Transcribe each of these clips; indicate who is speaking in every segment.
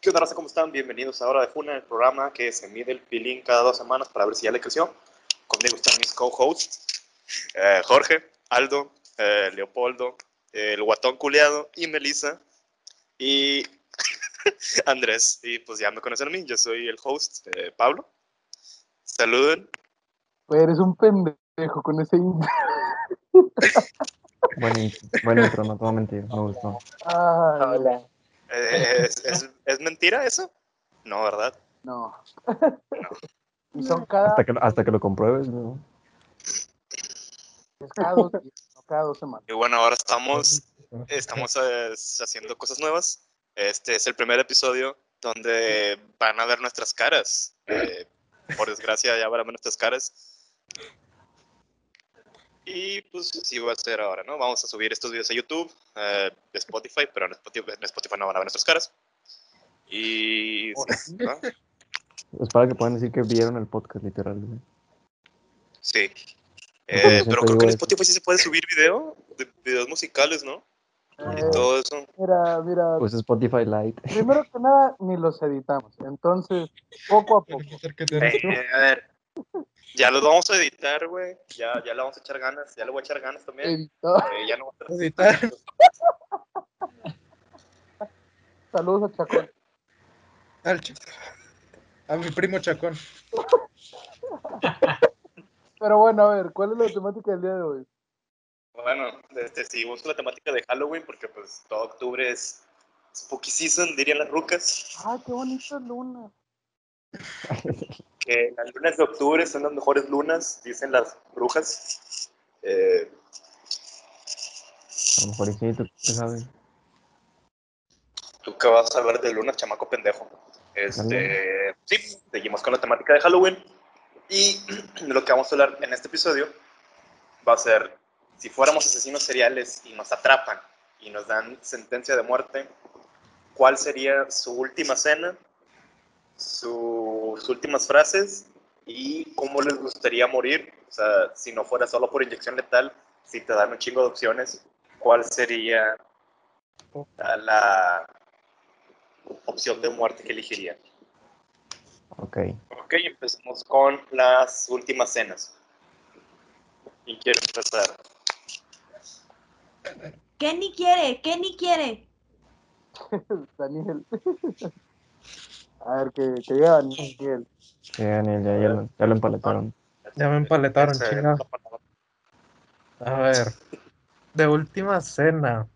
Speaker 1: ¿Qué onda, raza? ¿Cómo están? Bienvenidos a Hora de Funa, el programa que se mide el pilín cada dos semanas para ver si ya le creció. Conmigo están mis co-hosts, eh, Jorge, Aldo, eh, Leopoldo, eh, el guatón culeado y Melissa y Andrés. Y pues ya me conocen a mí, yo soy el host, eh, Pablo. Saluden.
Speaker 2: Pues eres un pendejo con ese intro.
Speaker 3: buen, buen intro, no te voy a mentir, me gustó.
Speaker 2: Ah, hola.
Speaker 1: Eh, ¿Es, es, es mentira eso? No, ¿verdad?
Speaker 2: No.
Speaker 1: No.
Speaker 2: Y son cada,
Speaker 3: Hasta que, hasta que lo compruebes, ¿no?
Speaker 2: es cada dos días, no cada dos semanas.
Speaker 1: Y bueno, ahora estamos, estamos eh, haciendo cosas nuevas. Este es el primer episodio donde van a ver nuestras caras. Eh, por desgracia, ya verán nuestras caras. Y pues sí va a ser ahora, ¿no? Vamos a subir estos videos a YouTube, eh, de Spotify, pero en Spotify, en Spotify no van a ver nuestras caras. Y... sí, ¿no?
Speaker 3: Es para que puedan decir que vieron el podcast, literal. ¿no?
Speaker 1: Sí. Eh,
Speaker 3: Entonces,
Speaker 1: pero creo
Speaker 3: te
Speaker 1: que en
Speaker 3: digo eso.
Speaker 1: Spotify sí se puede subir video, de- videos musicales, ¿no? Y
Speaker 2: Eh,
Speaker 1: todo eso.
Speaker 2: mira, mira,
Speaker 3: Pues Spotify Lite.
Speaker 2: primero que nada, ni los editamos. Entonces, poco a poco.
Speaker 1: Ey, eh, a ver. Ya los vamos a editar, güey. Ya, ya le vamos a echar ganas. Ya le voy a echar ganas también.
Speaker 2: editado.
Speaker 1: Eh, ya no va a ser-
Speaker 2: Saludos a Chacón.
Speaker 4: Al ch- a mi primo Chacón.
Speaker 2: Pero bueno, a ver, ¿cuál es la temática del día de hoy?
Speaker 1: Bueno, este, si busco la temática de Halloween, porque pues todo octubre es Spooky Season, dirían las rucas.
Speaker 2: Ah, qué bonita luna.
Speaker 1: Que las lunas de octubre son las mejores lunas, dicen las brujas. Eh,
Speaker 3: A lo mejor y sí, tú qué sabes.
Speaker 1: ¿Tú qué vas a ver de Luna, chamaco pendejo? Este, sí, seguimos con la temática de Halloween. Y lo que vamos a hablar en este episodio va a ser si fuéramos asesinos seriales y nos atrapan y nos dan sentencia de muerte, ¿cuál sería su última cena, su- sus últimas frases y cómo les gustaría morir? O sea, si no fuera solo por inyección letal, si te dan un chingo de opciones, ¿cuál sería la, opción de muerte que elegiría.
Speaker 3: Ok.
Speaker 1: Ok, empecemos con las últimas cenas. ¿Quién quiere empezar?
Speaker 5: Kenny quiere, Kenny quiere.
Speaker 2: Daniel. A ver, que, que llega Daniel.
Speaker 3: Sí, Daniel, ya, ya lo, ya lo empaletaron.
Speaker 4: Ya me empaletaron,
Speaker 1: Ese-
Speaker 4: chinga. A ver. De última cena.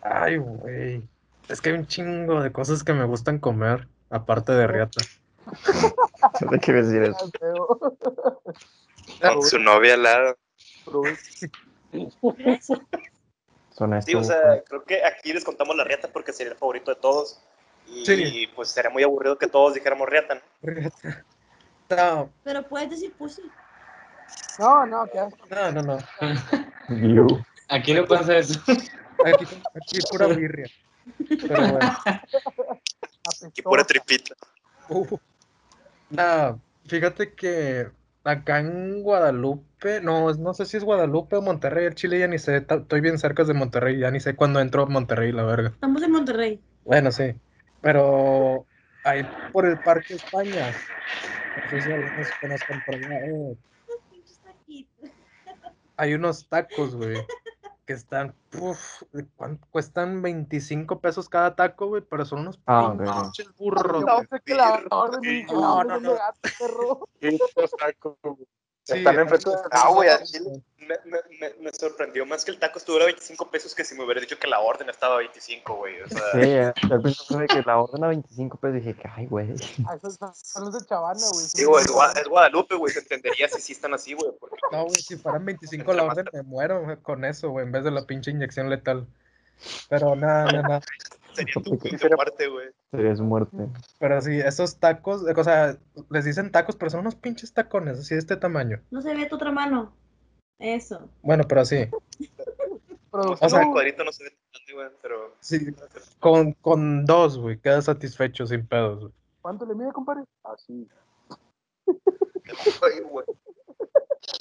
Speaker 4: Ay, güey. Es que hay un chingo de cosas que me gustan comer, aparte de riata.
Speaker 3: No te quiero decir eso.
Speaker 2: Mateo,
Speaker 1: Con su novia al lado.
Speaker 2: Rubén.
Speaker 3: Son
Speaker 1: Sí, o
Speaker 3: estos.
Speaker 1: sea, creo que aquí les contamos la riata porque sería el favorito de todos. Y
Speaker 4: Sí.
Speaker 1: pues sería muy aburrido que todos dijéramos riata. ¿no?
Speaker 4: Riata. No,
Speaker 5: Pero puedes decir pues pussy.
Speaker 2: No, no, que asco.
Speaker 4: no, no, no.
Speaker 3: You.
Speaker 6: Aquí no pasa eso.
Speaker 4: Aquí, aquí es pura birria. Pero bueno.
Speaker 1: Y pura
Speaker 2: apestoso.
Speaker 1: tripita.
Speaker 4: Uh. Nah, fíjate que acá en Guadalupe, no, es- no sé si es Guadalupe o Monterrey, el Chile ya ni sé, ta- estoy bien cerca de Monterrey, ya ni sé cuándo entro a Monterrey, la verga.
Speaker 5: Estamos en Monterrey.
Speaker 4: Bueno, sí, pero ahí por el Parque España, no sé si algunos conozcan por allá, eh, hay unos tacos, güey, que están, uf, ¿de cuán- cuestan 25 pesos cada taco, güey, pero son unos
Speaker 3: Ah, ok, ok.
Speaker 4: pinches burros,
Speaker 2: No,
Speaker 4: güey.
Speaker 2: sé que la orden,
Speaker 1: Sí.
Speaker 2: que la
Speaker 4: No,
Speaker 2: orden
Speaker 4: no,
Speaker 2: de gato, perro.
Speaker 4: Sí,
Speaker 1: Están enfrente de- Ah, güey, al chile.
Speaker 4: sí.
Speaker 1: Me, me, me, me sorprendió más que el taco estuviera a 25 pesos que si me hubiera dicho que la orden estaba a 25, güey. O sea,
Speaker 3: Sí, eh, al principio de que la orden a 25 pesos dije que, ay, güey.
Speaker 2: Ah, esos son- son los de Chavana, güey.
Speaker 1: Digo, es, Gua- es Guadalupe, güey, se entendería si sí están así, güey. porque-
Speaker 4: No, güey, si fueran 25 la orden, me muero güey, con eso, güey, en vez de la pinche inyección letal. Pero nada, nada, nada.
Speaker 1: Sería tu
Speaker 3: Porque-
Speaker 1: punto
Speaker 2: sería-
Speaker 1: aparte, güey.
Speaker 3: Sería su muerte.
Speaker 4: Pero sí, esos tacos, o sea, les dicen tacos, pero son unos pinches tacones, así de este tamaño.
Speaker 5: No se ve tu otra mano. Eso.
Speaker 4: Bueno, pero sí,
Speaker 1: O
Speaker 2: Producción.
Speaker 1: sea, el cuadrito no se ve tan grande, güey, pero...
Speaker 4: sí con, con dos, güey, queda satisfecho sin pedos, güey.
Speaker 2: ¿Cuánto le mide, compadre? Ah, Así.
Speaker 1: Ay, güey.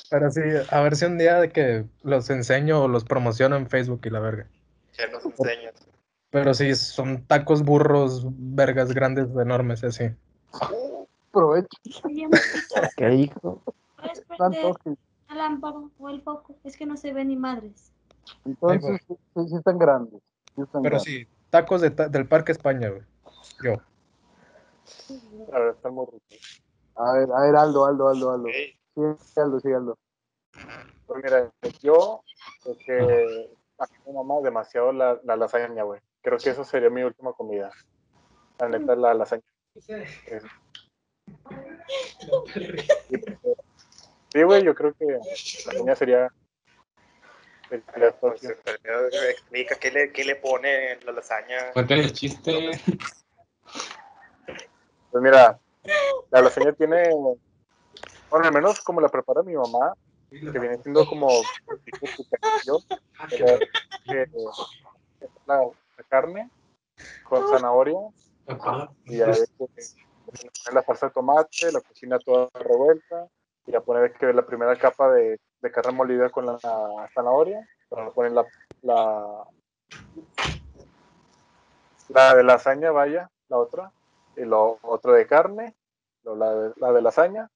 Speaker 4: Pero sí, a ver si un día de que los enseño o los promociono en Facebook y la verga.
Speaker 1: Ya nos enseñas.
Speaker 4: Pero sí, son tacos burros, vergas grandes, enormes, así.
Speaker 1: Uh,
Speaker 2: Provecho.
Speaker 5: Oye,
Speaker 3: ¿Qué dijo?
Speaker 5: ¿Puedes prender
Speaker 2: Tanto que-
Speaker 5: la lámpara o el foco? Es que no se ve ni madres.
Speaker 2: Entonces, sí, sí están grandes. sí están
Speaker 4: Pero
Speaker 2: grandes.
Speaker 4: sí, tacos de ta- del Parque España, güey. Yo.
Speaker 1: la verdad, está muy rico.
Speaker 2: A ver, a ver, Aldo, Aldo, Aldo, Aldo.
Speaker 1: Ey,
Speaker 2: Sí, Aldo, sí, Aldo.
Speaker 6: Pues mira, yo creo que a mí me mama demasiado la, la lasaña, güey. Creo que esa sería mi última comida. La neta, la lasaña. pues, Es- Y, pues, Sí, güey, yo creo que la lasaña sería... sería todo, sí.
Speaker 1: pues, pero, eh, Explica qué le, qué le pone la lasaña.
Speaker 7: Cuéntale el chiste.
Speaker 6: Pues mira, la lasaña tiene... Bueno, al menos como la prepara mi mamá, que viene siendo como... tipo picadillo, pero que- que La, la carne con zanahoria y ya ves que le pone la salsa de tomate, la cocina toda revuelta, y ya pone que la primera capa de, de carne molida con la zanahoria, pero le ponen la, la, la de lasaña, vaya, la otra, y lo otro de carne, luego la de, la de lasaña.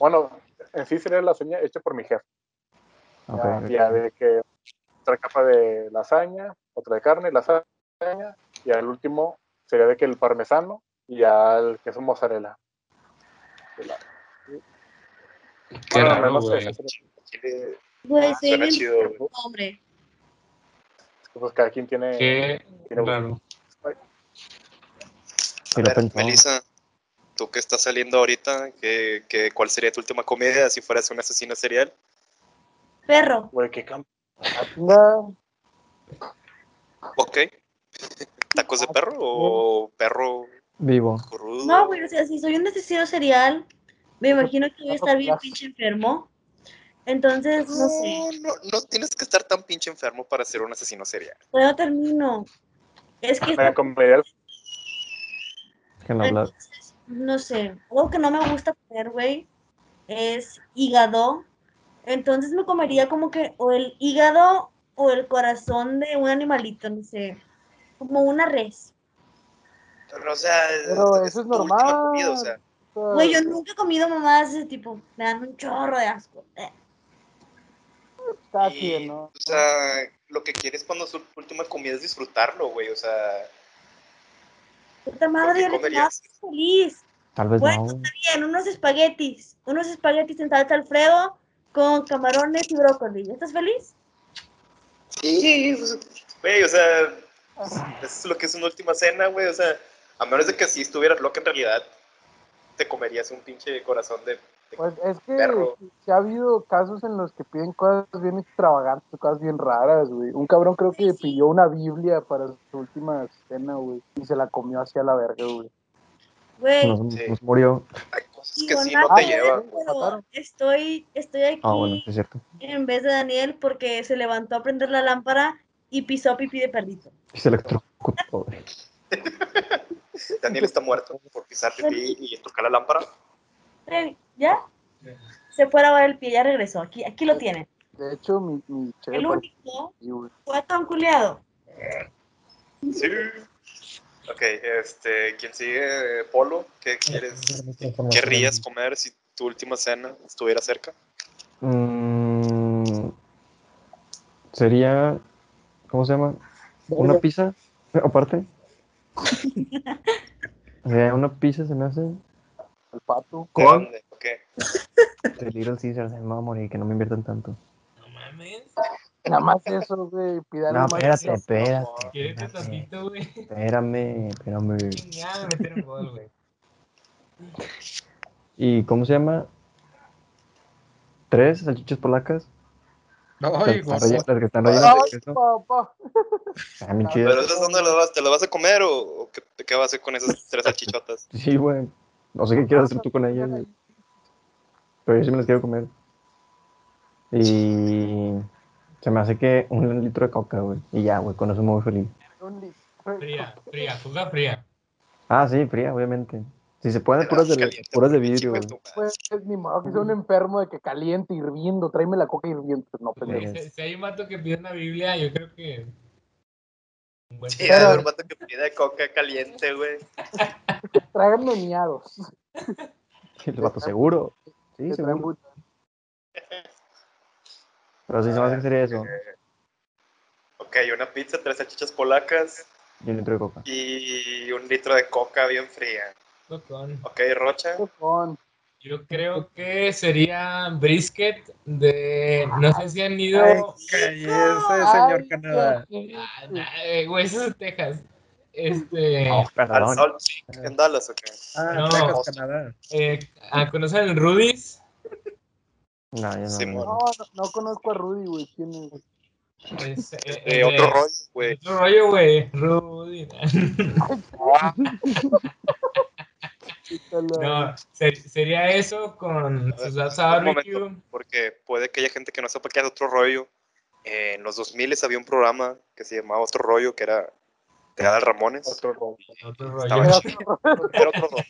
Speaker 6: Bueno, en sí sería lasaña hecha por mi jefe.
Speaker 3: Ok,
Speaker 1: Ah,
Speaker 6: Ya,
Speaker 3: ok.
Speaker 6: ya de que otra capa de lasaña, otra de carne, lasaña, y al último sería de que el parmesano y ya el queso mozzarella.
Speaker 7: Qué
Speaker 6: Bueno,
Speaker 7: raro,
Speaker 6: no sé,
Speaker 7: güey.
Speaker 6: es
Speaker 1: Chile,
Speaker 5: Güey,
Speaker 1: ah,
Speaker 5: se ve
Speaker 1: suena
Speaker 5: bien
Speaker 1: chido, güey.
Speaker 5: hombre.
Speaker 6: que, pues cada quien tiene,
Speaker 7: Qué
Speaker 6: tiene gusto.
Speaker 7: raro.
Speaker 3: Sí
Speaker 1: A
Speaker 3: lo
Speaker 1: ver,
Speaker 3: pensó.
Speaker 1: Melissa, tú que estás saliendo ahorita, ¿qué, qué, cuál sería tu última comida si fueras un asesino serial?
Speaker 5: Perro.
Speaker 6: Güey, qué campo.
Speaker 2: No,
Speaker 1: Ok. ¿Tacos de perro o perro
Speaker 3: Vivo.
Speaker 1: crudo?
Speaker 5: No, güey, o sea, si soy un asesino serial, me imagino que voy a estar bien pinche enfermo. Entonces, no sé,
Speaker 1: No, no, no tienes que estar tan pinche enfermo para ser un asesino serial.
Speaker 5: todavía no termino. Es que
Speaker 6: Me comería el
Speaker 3: Que no habla.
Speaker 5: no sé, algo que no me gusta comer, güey, es hígado. Entonces me comería como que o el hígado o el corazón de un animalito, no sé, como una res.
Speaker 1: Pero, o sea,
Speaker 2: Pero eso es
Speaker 1: tu última
Speaker 2: normal.
Speaker 1: comida, o sea,
Speaker 2: o sea,
Speaker 5: Güey, yo nunca he comido mamadas de ese tipo, me dan un chorro de asco. Eh,
Speaker 2: Está
Speaker 1: y,
Speaker 2: bien, ¿no?
Speaker 1: o sea, lo que quieres cuando es tu última comida es disfrutarlo, güey. O sea,
Speaker 5: Puta madre, yo
Speaker 1: ¿Por qué
Speaker 5: le estaba
Speaker 1: comerías?
Speaker 5: feliz.
Speaker 3: Tal vez
Speaker 5: Bueno,
Speaker 3: no. güey.
Speaker 5: Bien, unos espaguetis, unos espaguetis en salsa Alfredo con camarones y brócoli. ¿Ya ¿Estás feliz?
Speaker 1: sí, pues, güey, o sea, eso es lo que es una última cena, güey. O sea, a menos de que si estuvieras loca en realidad, te comerías un pinche corazón de. de-
Speaker 2: Pues es que
Speaker 1: Perro.
Speaker 2: sí ha habido casos en los que piden cosas bien extravagantes, cosas bien raras, güey. Un cabrón creo que
Speaker 5: Sí, sí.
Speaker 2: pidió una Biblia para su última cena, güey, y se la comió hacia la verga, güey.
Speaker 5: Güey,
Speaker 3: Nos,
Speaker 1: Sí.
Speaker 3: nos murió.
Speaker 1: Hay cosas que
Speaker 5: digo,
Speaker 1: sí
Speaker 5: nada
Speaker 1: no te
Speaker 5: que ver,
Speaker 1: llevan.
Speaker 5: pero
Speaker 2: Mataron.
Speaker 5: Estoy, estoy aquí
Speaker 3: Ah, bueno, sí es cierto.
Speaker 5: en vez de Daniel porque se levantó a prender la lámpara y pisó pipí de perrito.
Speaker 3: Y se electrocutó. güey.
Speaker 1: Daniel está muerto por pisar pipí y tocar la lámpara.
Speaker 5: Ey, ¿Ya? Se fue a lavar el pie, ya regresó. Aquí, aquí lo tienen.
Speaker 2: De hecho, mi, mi chef,
Speaker 5: El único
Speaker 2: sí, güey.
Speaker 5: fue tan culiado.
Speaker 1: Sí. Ok, este, ¿quién sigue? Polo, ¿qué quieres? ¿Querrías comer si tu última cena estuviera cerca?
Speaker 3: Mm, sería. ¿Cómo se llama? ¿Una pizza? Aparte. Sería una pizza, se me hace.
Speaker 2: el pato.
Speaker 1: ¿De
Speaker 3: Con
Speaker 1: dónde? Ok.
Speaker 3: el Little Caesar, se me va a morir, que no me inviertan tanto.
Speaker 7: No mames.
Speaker 2: Nada más eso, güey, pidan
Speaker 3: No,
Speaker 2: más
Speaker 3: espérate,
Speaker 2: eso.
Speaker 3: espérate.
Speaker 7: Quédate
Speaker 3: Espérame,
Speaker 7: tantito, güey.
Speaker 3: espérame. espérame.
Speaker 7: Ya me metieron gol, güey.
Speaker 3: ¿Y cómo se llama? Tres salchichas polacas
Speaker 4: No,
Speaker 3: Las que
Speaker 4: hijo.
Speaker 3: están rellenas- las que están rellenas
Speaker 2: Ay,
Speaker 3: de queso.
Speaker 2: papá.
Speaker 3: Están bien
Speaker 1: ¿Pero
Speaker 3: chidas.
Speaker 1: esas dónde las vas? ¿Te las vas a comer o, o qué, qué vas a hacer con esas tres salchichotas?
Speaker 3: Sí, güey. No sé qué quieres hacer tú con ellas, güey. Pero yo sí me las quiero comer. Y se me hace que un litro de coca, güey. Y ya, güey, con eso me voy feliz.
Speaker 2: Un litro de
Speaker 7: Fría, fría, coca fría.
Speaker 3: Ah, sí, fría, obviamente. Si se pueden,
Speaker 1: Te
Speaker 3: puras
Speaker 1: das
Speaker 3: de,
Speaker 1: caliente,
Speaker 3: puras de
Speaker 1: porque
Speaker 3: vidrio,
Speaker 1: chingas
Speaker 3: güey.
Speaker 1: tu madre.
Speaker 2: Pues ni modo que sea un enfermo de que caliente, hirviendo, tráeme la coca hirviendo. No, pues, pendejo.
Speaker 3: Sí.
Speaker 7: Si, si hay un mato que pide una Biblia, yo creo que. Un buen
Speaker 1: Sí,
Speaker 2: Pero-
Speaker 1: hay un vato que pide coca caliente, güey.
Speaker 2: Tráiganme miados.
Speaker 3: El vato seguro. Sí,
Speaker 2: Que traen
Speaker 3: seguro.
Speaker 2: mucho.
Speaker 3: Pero sí se me hace que sería eso.
Speaker 1: Ok, una pizza, tres salchichas polacas
Speaker 3: Y un litro de coca.
Speaker 1: y un litro de coca bien fría.
Speaker 7: tocón.
Speaker 1: Ok, Rocha.
Speaker 2: Qué con.
Speaker 7: Yo creo que sería brisket de. No sé si han ido.
Speaker 4: Ay, cállese, señor
Speaker 2: Ay,
Speaker 4: Canadá.
Speaker 2: qué-
Speaker 7: Ah, nah, eh, güey, eso es de Texas. Este.
Speaker 3: Oh,
Speaker 1: Al
Speaker 3: perdón.
Speaker 1: Salt Chick en Dallas, ok.
Speaker 4: Ah,
Speaker 7: No.
Speaker 4: Texas, Canadá.
Speaker 7: eh, ah, ¿Conocen el Rudy's?
Speaker 3: No, yo no,
Speaker 1: Sí,
Speaker 3: no.
Speaker 2: No, no, no conozco a Rudy, güey. ¿Quién es?
Speaker 7: Es, eh,
Speaker 1: Eh,
Speaker 7: eh,
Speaker 1: otro rollo, güey.
Speaker 7: Otro rollo, güey. Rudy.
Speaker 2: Chítala.
Speaker 7: No, ser- sería eso con sus salsa
Speaker 1: Un
Speaker 7: barbecue.
Speaker 1: momento. Porque puede que haya gente que no sepa qué es otro rollo. Eh, en los 2000 había un programa que se llamaba Otro Rollo, que era de Adal Ramones.
Speaker 6: Otro rollo.
Speaker 7: Otro
Speaker 1: Estaba
Speaker 7: rollo.
Speaker 1: chido. Era otro rollo.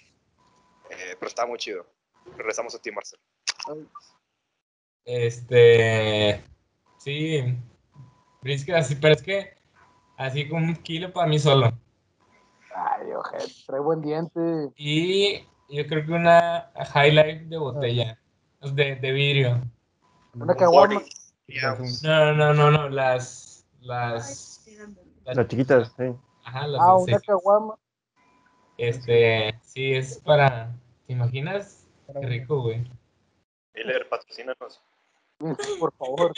Speaker 1: Eh, pero estaba muy chido. Regresamos a ti, Marcel.
Speaker 7: Este. Sí. Brisket así, pero es que así como un kilo para mí solo.
Speaker 2: Ay, ojete, trae buen diente.
Speaker 7: Y yo creo que una highlight de botella. pues, De, de vidrio.
Speaker 2: Ah, Una caguama.
Speaker 1: Body. Yeah.
Speaker 7: No, no, no, no. Las. Las.
Speaker 3: Las chiquitas, sí.
Speaker 7: Ajá, las
Speaker 2: Ah,
Speaker 7: de
Speaker 2: una
Speaker 7: seis.
Speaker 2: caguama.
Speaker 7: Este. Sí, es para. ¿Te imaginas? Qué rico, güey.
Speaker 1: Miller, patrocínanos.
Speaker 2: Por favor.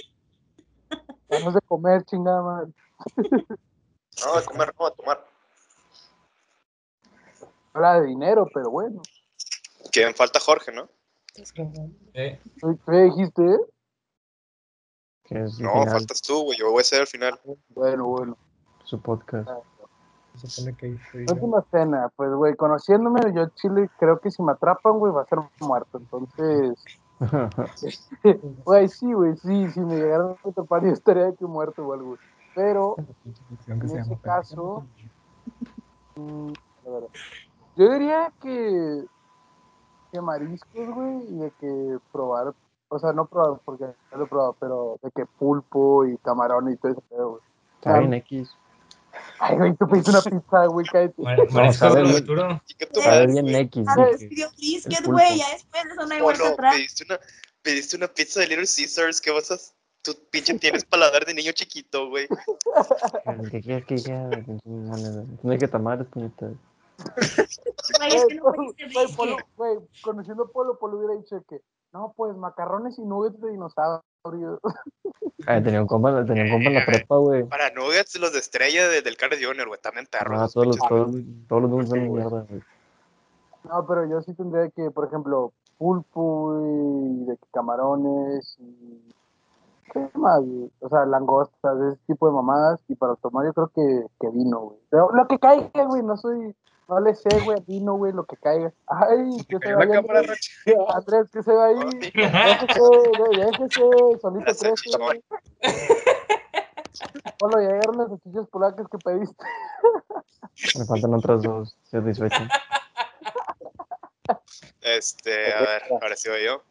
Speaker 2: Danos de comer, chingada madre.
Speaker 1: No, a comer, no, a tomar.
Speaker 2: Habla de dinero, pero bueno.
Speaker 1: Que en falta Jorge, ¿no?
Speaker 7: Eh,
Speaker 2: ¿Tú tú ya dijiste? eh?
Speaker 3: Que es
Speaker 1: No,
Speaker 3: al final
Speaker 1: faltas tú, güey. Yo voy a ser al final.
Speaker 2: Bueno, bueno.
Speaker 3: su podcast.
Speaker 4: Se supone que ahí fue.
Speaker 2: Última cena, pues, güey, conociéndome, yo en Chile creo que si me atrapan, güey, va a ser muerto. Entonces, güey, sí, güey, sí, si me llegaran a atrapar, yo estaría de que muerto o algo. Pero,
Speaker 4: Creo que
Speaker 2: en ese
Speaker 4: se llama pues.
Speaker 2: caso, mm, a ver, yo diría que, que mariscos, güey, y de que probar, o sea, no probar porque ya lo he probado, pero de que pulpo y camarón y todo eso, güey. Ah.
Speaker 3: Está bien, X.
Speaker 2: Ay, güey, tú pediste una pizza, güey, cállate.
Speaker 7: mar-
Speaker 3: No,
Speaker 7: mariscos
Speaker 3: sabe
Speaker 7: de
Speaker 3: muy-
Speaker 7: Arturo.
Speaker 1: Y que tú
Speaker 3: Está
Speaker 1: ves,
Speaker 3: bien,
Speaker 1: güey.
Speaker 3: X.
Speaker 5: Ah,
Speaker 3: sí, que-
Speaker 5: pidió brisket,
Speaker 3: pulpo.
Speaker 5: güey, ya después de eso no hay
Speaker 1: O
Speaker 5: vuelta
Speaker 1: no,
Speaker 5: atrás.
Speaker 1: pediste una, pediste una pizza de Little Caesars. ¿Qué vas a...? Tú, pinche, tienes paladar de niño chiquito, güey.
Speaker 3: que quieras pues, que ya, de pinches mamones, güey. No hay que pues, tamales, puñetas.
Speaker 5: Güey, es que no
Speaker 2: Güey,
Speaker 5: pediste
Speaker 2: güey, Pues, Polo,
Speaker 5: brisket.
Speaker 2: güey, conociendo a Polo, Polo hubiera dicho que, no, pues, macarrones y nuggets de dinosaurio.
Speaker 3: Ah, tenía un compa, tenía un compa en la prepa, güey.
Speaker 1: Para nuggets, los de estrella de- del Carl Jr., güey. También perros.
Speaker 3: Ah,
Speaker 1: los
Speaker 3: todos los,
Speaker 1: pinches-
Speaker 3: todos, todos los dulces son mierda, güey.
Speaker 2: No, pero yo sí tendría que, por ejemplo, pulpo güey, y de que camarones y... ¿Qué más? güey? O sea, langostas, ese tipo de mamadas. Y para tomar yo creo que, que vino, güey. Pero lo que caiga, güey, no soy... No le sé, güey, al vino, güey, lo que caiga. Ay, que se
Speaker 4: Cayó la
Speaker 2: vaya
Speaker 4: cámara,
Speaker 2: Andrés,
Speaker 4: Rocha.
Speaker 2: Andrés, que se va ahí. Déjese, güey, déjese, solito
Speaker 1: La
Speaker 2: crece.
Speaker 1: salchicha
Speaker 2: güey. Polo, ya llegaron las salchichas polacas que pediste.
Speaker 3: Me faltan otras dos, satisfecho.
Speaker 1: Este, a ver, ahora sí voy yo.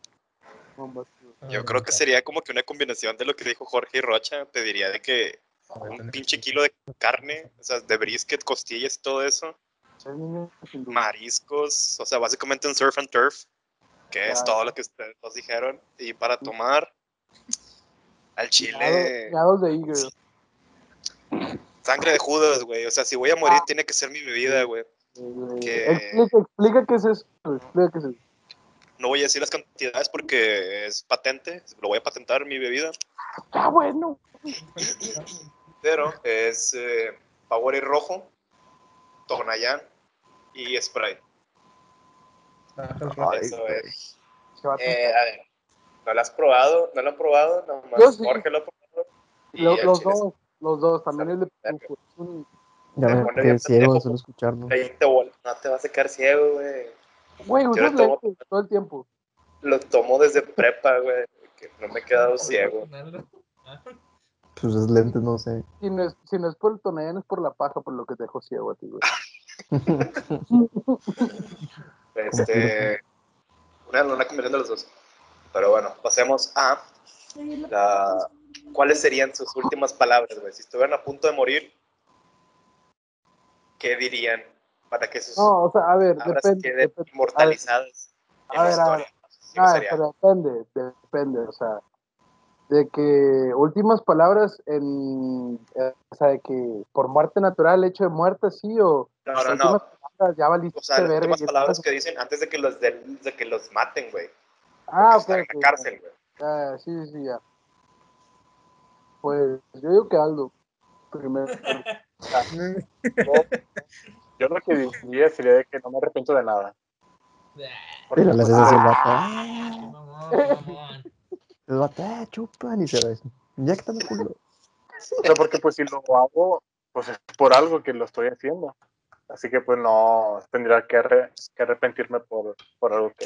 Speaker 2: Bombas, güey.
Speaker 1: Yo creo que sería como que una combinación de lo que dijo Jorge y Rocha. Pediría de que un pinche kilo de carne, o sea, de brisket, costillas y todo eso.
Speaker 2: Es niño sin duda.
Speaker 1: mariscos, o sea, básicamente un surf and turf, que es
Speaker 2: Claro.
Speaker 1: todo lo que ustedes nos dijeron. Y para tomar al chile,
Speaker 2: Miados de hígado.
Speaker 1: sangre de Judas, güey. O sea, si voy a morir, tiene que ser mi bebida, güey.
Speaker 2: Eh,
Speaker 1: Que-
Speaker 2: Explica, explica qué es eso. güey, Explica qué es eso.
Speaker 1: No voy a decir las cantidades porque es patente, lo voy a patentar mi bebida,
Speaker 2: Está bueno.
Speaker 1: pero es eh, Powerade rojo, Tonayán y Sprite.
Speaker 4: Ajá,
Speaker 1: Eso es.
Speaker 2: Se va a
Speaker 1: Eh, a ver, No lo has probado, no lo han probado, nomás
Speaker 2: Yo sí.
Speaker 1: Jorge lo ha probado. Y
Speaker 2: Lo-
Speaker 1: al
Speaker 2: los
Speaker 1: chile
Speaker 2: dos, los dos, también el de
Speaker 1: Verga.
Speaker 2: Pulpo. es un-
Speaker 3: Ya
Speaker 1: Te
Speaker 3: me
Speaker 1: pone
Speaker 3: quedé
Speaker 1: bien
Speaker 3: ciego de
Speaker 1: pendejo.
Speaker 3: solo escucharlo.
Speaker 1: ahí te vol- no te vas a quedar ciego, güey.
Speaker 2: Güey, usas
Speaker 1: le tomo-
Speaker 2: lentes todo el tiempo.
Speaker 1: Lo tomo desde prepa, güey. Que no me he quedado ciego.
Speaker 3: Pues es lente, no sé.
Speaker 2: Si no, es, si no es por el tonel, es por la paja, por lo que te dejo ciego a ti, güey.
Speaker 1: Este, una, una combinación de los dos. Pero bueno, pasemos a
Speaker 3: Ah,
Speaker 1: la- cuáles serían sus últimas palabras, güey. Si estuvieran a punto de morir, ¿qué dirían para que sus
Speaker 2: No, o sea, a ver,
Speaker 1: palabras
Speaker 2: depende.
Speaker 1: queden
Speaker 2: depende.
Speaker 1: inmortalizadas en la
Speaker 2: a ver, a
Speaker 1: historia? Sí,
Speaker 2: Ah,
Speaker 1: sería.
Speaker 2: pero depende, depende, o sea, de que últimas palabras en, eh, o sea, de que por muerte natural, hecho de muerte, sí, o
Speaker 1: No, no, no.
Speaker 2: últimas palabras, ya valiste
Speaker 1: O sea, las
Speaker 2: verga.
Speaker 1: últimas
Speaker 2: ya
Speaker 1: palabras
Speaker 2: estás-
Speaker 1: que dicen antes de que los, del- de que los maten, güey.
Speaker 2: ah,
Speaker 1: que
Speaker 2: ok,
Speaker 1: están en
Speaker 2: ok,
Speaker 1: la cárcel, güey.
Speaker 2: ya, ya, Ah, sí, sí, sí, ya. Pues yo digo que algo, primero.
Speaker 6: Yo, yo lo que diría sería de que no me arrepiento de nada. Porque pues,
Speaker 3: Pero le haces así el vato. ¡ah!
Speaker 7: Mamón, mamón.
Speaker 3: El vato, ¡ah, chupan! Y se besan. Ya que están de culo.
Speaker 6: O sea, porque pues si lo hago, pues es por algo que lo estoy haciendo. Así que pues no tendría que, arre- que arrepentirme por, por algo que...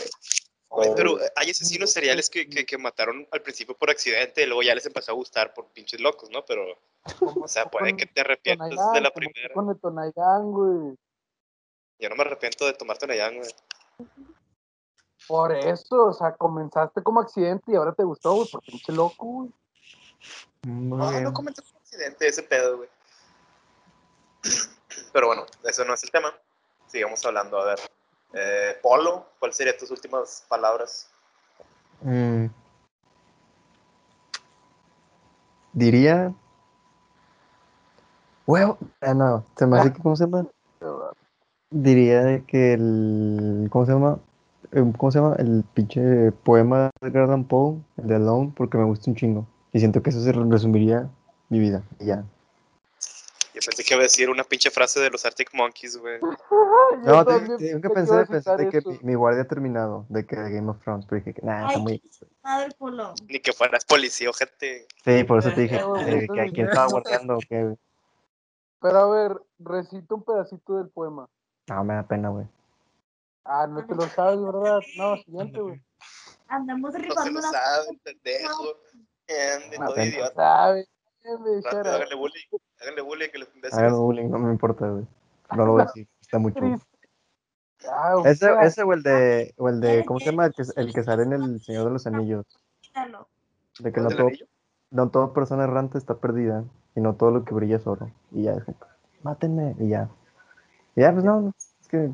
Speaker 1: Güey,
Speaker 6: por-
Speaker 1: pero eh, hay asesinos seriales que, que, que mataron al principio por accidente y luego ya les empezó a gustar por pinches locos, ¿no? Pero, o sea, puede que te arrepientas de la primera.
Speaker 2: Con el Tonayán, güey.
Speaker 1: Yo no me arrepiento de tomarte una llave, güey.
Speaker 2: Por eso, o sea, comenzaste como accidente y ahora te gustó, güey, por pinche loco, güey.
Speaker 1: Ah, No, no cometas un accidente, ese pedo, güey. Pero bueno, eso no es el tema. Sigamos hablando, a ver. Eh, Polo, ¿cuáles serían tus últimas palabras?
Speaker 3: Mm. Diría. Huevo. Ah, no. Se me hace que, ¿cómo se llama? Diría de que el. ¿Cómo se llama? Em, ¿Cómo se llama? El pinche poema de Edgar Allan Poe, el de Alone, porque me gusta un chingo. Y siento que eso se resumiría mi vida. Y ya.
Speaker 1: Yo pensé que iba a decir una pinche frase de los Arctic Monkeys, güey.
Speaker 3: No,
Speaker 2: Yo
Speaker 3: te-
Speaker 2: también
Speaker 3: tengo
Speaker 2: pensé
Speaker 3: que
Speaker 2: que
Speaker 3: pensar,
Speaker 2: ibas a
Speaker 3: pensé
Speaker 2: citar
Speaker 3: de que
Speaker 2: eso.
Speaker 3: mi, mi guardia ha terminado, de que de Game of Thrones, pero dije que, nah, está
Speaker 5: Ay,
Speaker 3: muy.
Speaker 5: madre polo.
Speaker 1: Ni que fueras policía, gente.
Speaker 3: Sí, por eso te dije,
Speaker 2: Eh, güey,
Speaker 3: eh, que
Speaker 2: entonces-
Speaker 3: aquí estaba guardando, que.
Speaker 2: Pero a ver, recita un pedacito del poema.
Speaker 3: No, me da pena, güey.
Speaker 2: Ah, no te lo sabes, ¿verdad? No, siguiente, güey.
Speaker 5: Andamos
Speaker 1: No se
Speaker 5: rifando
Speaker 1: lo
Speaker 5: una.
Speaker 1: sabe, pendejo. Eh, de
Speaker 3: No,
Speaker 1: todo
Speaker 3: no.
Speaker 1: idiota.
Speaker 2: ¿Sabes? Déjame,
Speaker 1: Rápido,
Speaker 2: Shara.
Speaker 1: háganle bullying. Háganle bullying que los
Speaker 3: Hagan
Speaker 1: imbéciles.
Speaker 3: bullying, no me importa, güey. No lo voy a decir, está muy chulo.
Speaker 2: Triste. Ah, güey.
Speaker 3: Ese, ese o el de, o el de, ¿cómo se llama? El que, el que sale en El Señor de los Anillos.
Speaker 5: Quítalo.
Speaker 3: De que
Speaker 1: ¿El
Speaker 3: no,
Speaker 1: del
Speaker 3: todo-
Speaker 1: anillo?
Speaker 3: no toda persona errante está perdida, y no todo lo que brilla es oro. Y ya, es como, mátenme, y ya. Y ya, pues no, no, es que,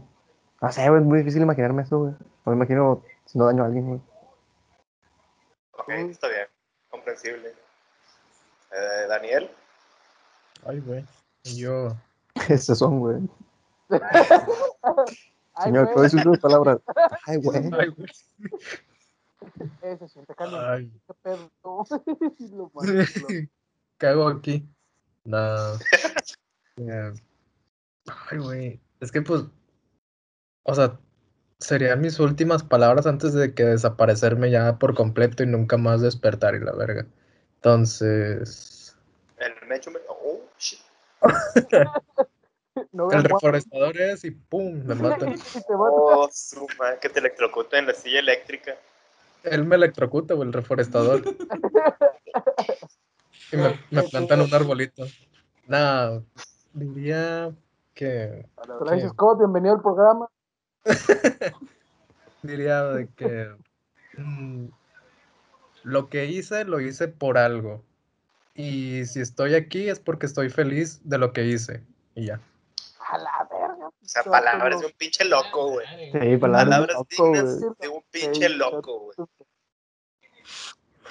Speaker 3: no sé, güey, es muy difícil imaginarme eso, güey. No me imagino si no daño a alguien, güey.
Speaker 1: Ok, está bien. Comprensible. Eh, Daniel,
Speaker 4: Ay, güey. Y Yo.
Speaker 3: Esos son, güey.
Speaker 2: Ay,
Speaker 3: Señor, ¿cuáles
Speaker 2: güey,
Speaker 3: son sus palabras? Ay, güey.
Speaker 4: Ay, güey.
Speaker 2: eh, se siente caliente,
Speaker 4: Ay.
Speaker 2: qué pedo. Lo malo, lo-
Speaker 4: ¿Qué hago aquí? No. Eh, Ay, güey. Es que pues. O sea, serían mis últimas palabras antes de que desaparecerme ya por completo y nunca más despertar y la verga. Entonces.
Speaker 1: el mecho me... Oh, shit.
Speaker 2: No
Speaker 4: El
Speaker 2: veas guapo
Speaker 4: reforestador es y ¡pum! Me matan.
Speaker 2: y te mata.
Speaker 1: Oh, su madre, que te electrocuta en la silla eléctrica.
Speaker 4: Él me electrocuta, güey, el reforestador. y me, me plantan un arbolito. Nada, diría que.
Speaker 2: Travis Scott, bienvenido al programa.
Speaker 4: Diría de que. mm, lo que hice, lo hice por algo. Y si estoy aquí es porque estoy feliz de lo que hice. Y ya.
Speaker 2: A la verga.
Speaker 1: O sea, palabras de un pinche loco, güey.
Speaker 3: Sí, palabras de
Speaker 1: Palabras
Speaker 3: loco,
Speaker 1: dignas
Speaker 3: güey.
Speaker 1: de un pinche loco, güey. O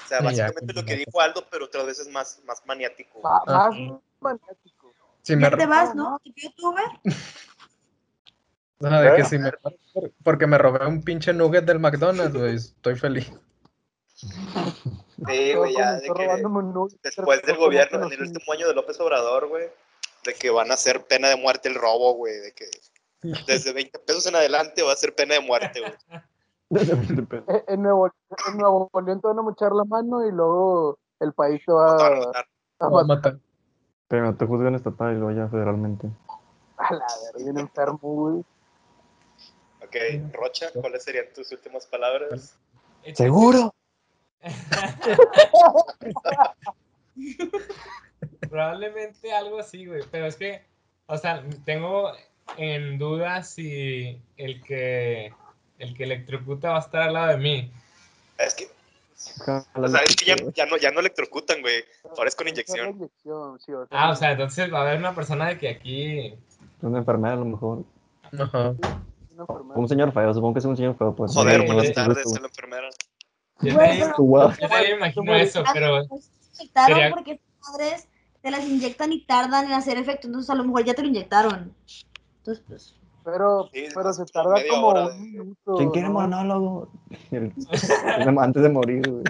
Speaker 1: sea,
Speaker 4: Ya,
Speaker 1: básicamente lo
Speaker 4: continúa.
Speaker 1: que dijo Aldo, pero otras veces más, más maniático. güey.
Speaker 2: Ma-
Speaker 4: Ah.
Speaker 2: Más maniático.
Speaker 4: Si me
Speaker 5: Ya te
Speaker 4: re-
Speaker 5: vas, ¿no? ¿Te pido tu Uber?
Speaker 4: o sea, de que
Speaker 6: ¿Eh?
Speaker 4: si me- porque me robé un pinche nugget del McDonald's, güey, estoy feliz.
Speaker 1: Sí, güey,
Speaker 2: Todo
Speaker 1: ya, de
Speaker 2: comenzó
Speaker 1: que
Speaker 2: robándome un nugget,
Speaker 1: después
Speaker 2: pero
Speaker 1: del gobierno,
Speaker 2: como
Speaker 1: en el
Speaker 2: conocí-
Speaker 1: último año de López Obrador, güey, de que van a hacer pena de muerte el robo, güey, de que desde 20 pesos en adelante va a ser pena de muerte, güey.
Speaker 3: Depende.
Speaker 2: Eh, En Nuevo, en Nuevo León te van a mochar la mano y luego el país te va
Speaker 1: Matar,
Speaker 2: a,
Speaker 1: matar.
Speaker 2: a
Speaker 4: Lo
Speaker 2: matar
Speaker 4: matan.
Speaker 3: Pero te juzgan estatal y luego ya federalmente.
Speaker 2: a la verga, bien enfermo, güey.
Speaker 1: Ok, Rocha, ¿cuáles serían tus últimas palabras?
Speaker 3: ¿Seguro?
Speaker 7: Probablemente algo así, güey. Pero es que, o sea, tengo en duda si el que el que electrocuta va a estar al lado de mí.
Speaker 1: Es que, o sea, es que ya, ya no, ya no electrocutan, güey. Ahora es con
Speaker 2: Es
Speaker 1: inyección.
Speaker 2: una inyección, sí, o sea,
Speaker 7: Ah, o sea, entonces va a haber una persona de que aquí.
Speaker 3: Una enfermedad a lo mejor.
Speaker 4: Ajá.
Speaker 2: una enfermedad.
Speaker 3: Un señor feo, supongo que es un señor feo. Pues,
Speaker 1: Joder,
Speaker 3: Sí,
Speaker 1: buenas
Speaker 3: sí,
Speaker 1: tardes,
Speaker 3: tú.
Speaker 1: soy la enfermera.
Speaker 5: Güey,
Speaker 7: Yo también-
Speaker 5: pero-
Speaker 3: Tú, guau.
Speaker 7: yo también me imagino eso, pero
Speaker 5: Pues, te inyectaron
Speaker 7: Sería-
Speaker 5: porque esas madres te las inyectan y tardan en hacer efecto, entonces a lo mejor ya te lo inyectaron. Entonces, pues,
Speaker 2: Pero,
Speaker 1: Sí,
Speaker 2: pero se
Speaker 1: como
Speaker 2: tarda
Speaker 1: media
Speaker 2: como
Speaker 1: hora
Speaker 2: un
Speaker 1: de-
Speaker 2: minuto.
Speaker 3: ¿Quién quiere
Speaker 2: ¿no?
Speaker 3: monólogo? El- Antes de morir, güey.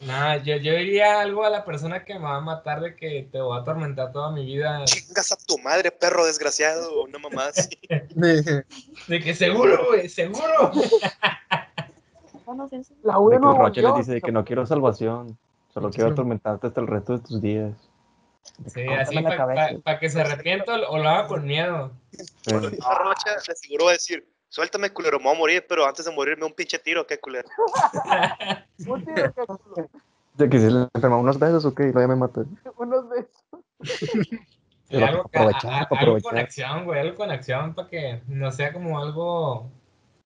Speaker 7: nada, yo, yo diría algo a la persona que me va a matar de que te voy a atormentar toda mi vida.
Speaker 1: Chingas a tu madre, perro desgraciado, o una mamá así.
Speaker 7: De que seguro, güey, seguro.
Speaker 5: no, no sé.
Speaker 2: La
Speaker 3: De
Speaker 2: una
Speaker 3: que
Speaker 2: Nuevo
Speaker 3: Rocha les
Speaker 2: León,
Speaker 3: dice de que no quiero salvación, solo quiero atormentarte hasta el resto de tus días. De que
Speaker 7: Sí,
Speaker 3: córtame
Speaker 7: así
Speaker 3: la
Speaker 7: para
Speaker 3: cabeza.
Speaker 7: que se arrepienta o lo haga por miedo.
Speaker 3: Sí.
Speaker 1: La Rocha de seguro va a decir, suéltame, culero, me voy a morir, pero antes de morirme un pinche tiro, qué culero.
Speaker 2: un tiro que culo,
Speaker 3: De que si le enferma unos besos, ok, luego ya me mato.
Speaker 2: unos besos.
Speaker 7: Sí,
Speaker 3: Pero
Speaker 7: algo,
Speaker 3: para aprovechar,
Speaker 7: a- a-
Speaker 3: para
Speaker 7: algo
Speaker 3: aprovechar.
Speaker 7: con acción, güey, algo con acción para que no sea como algo,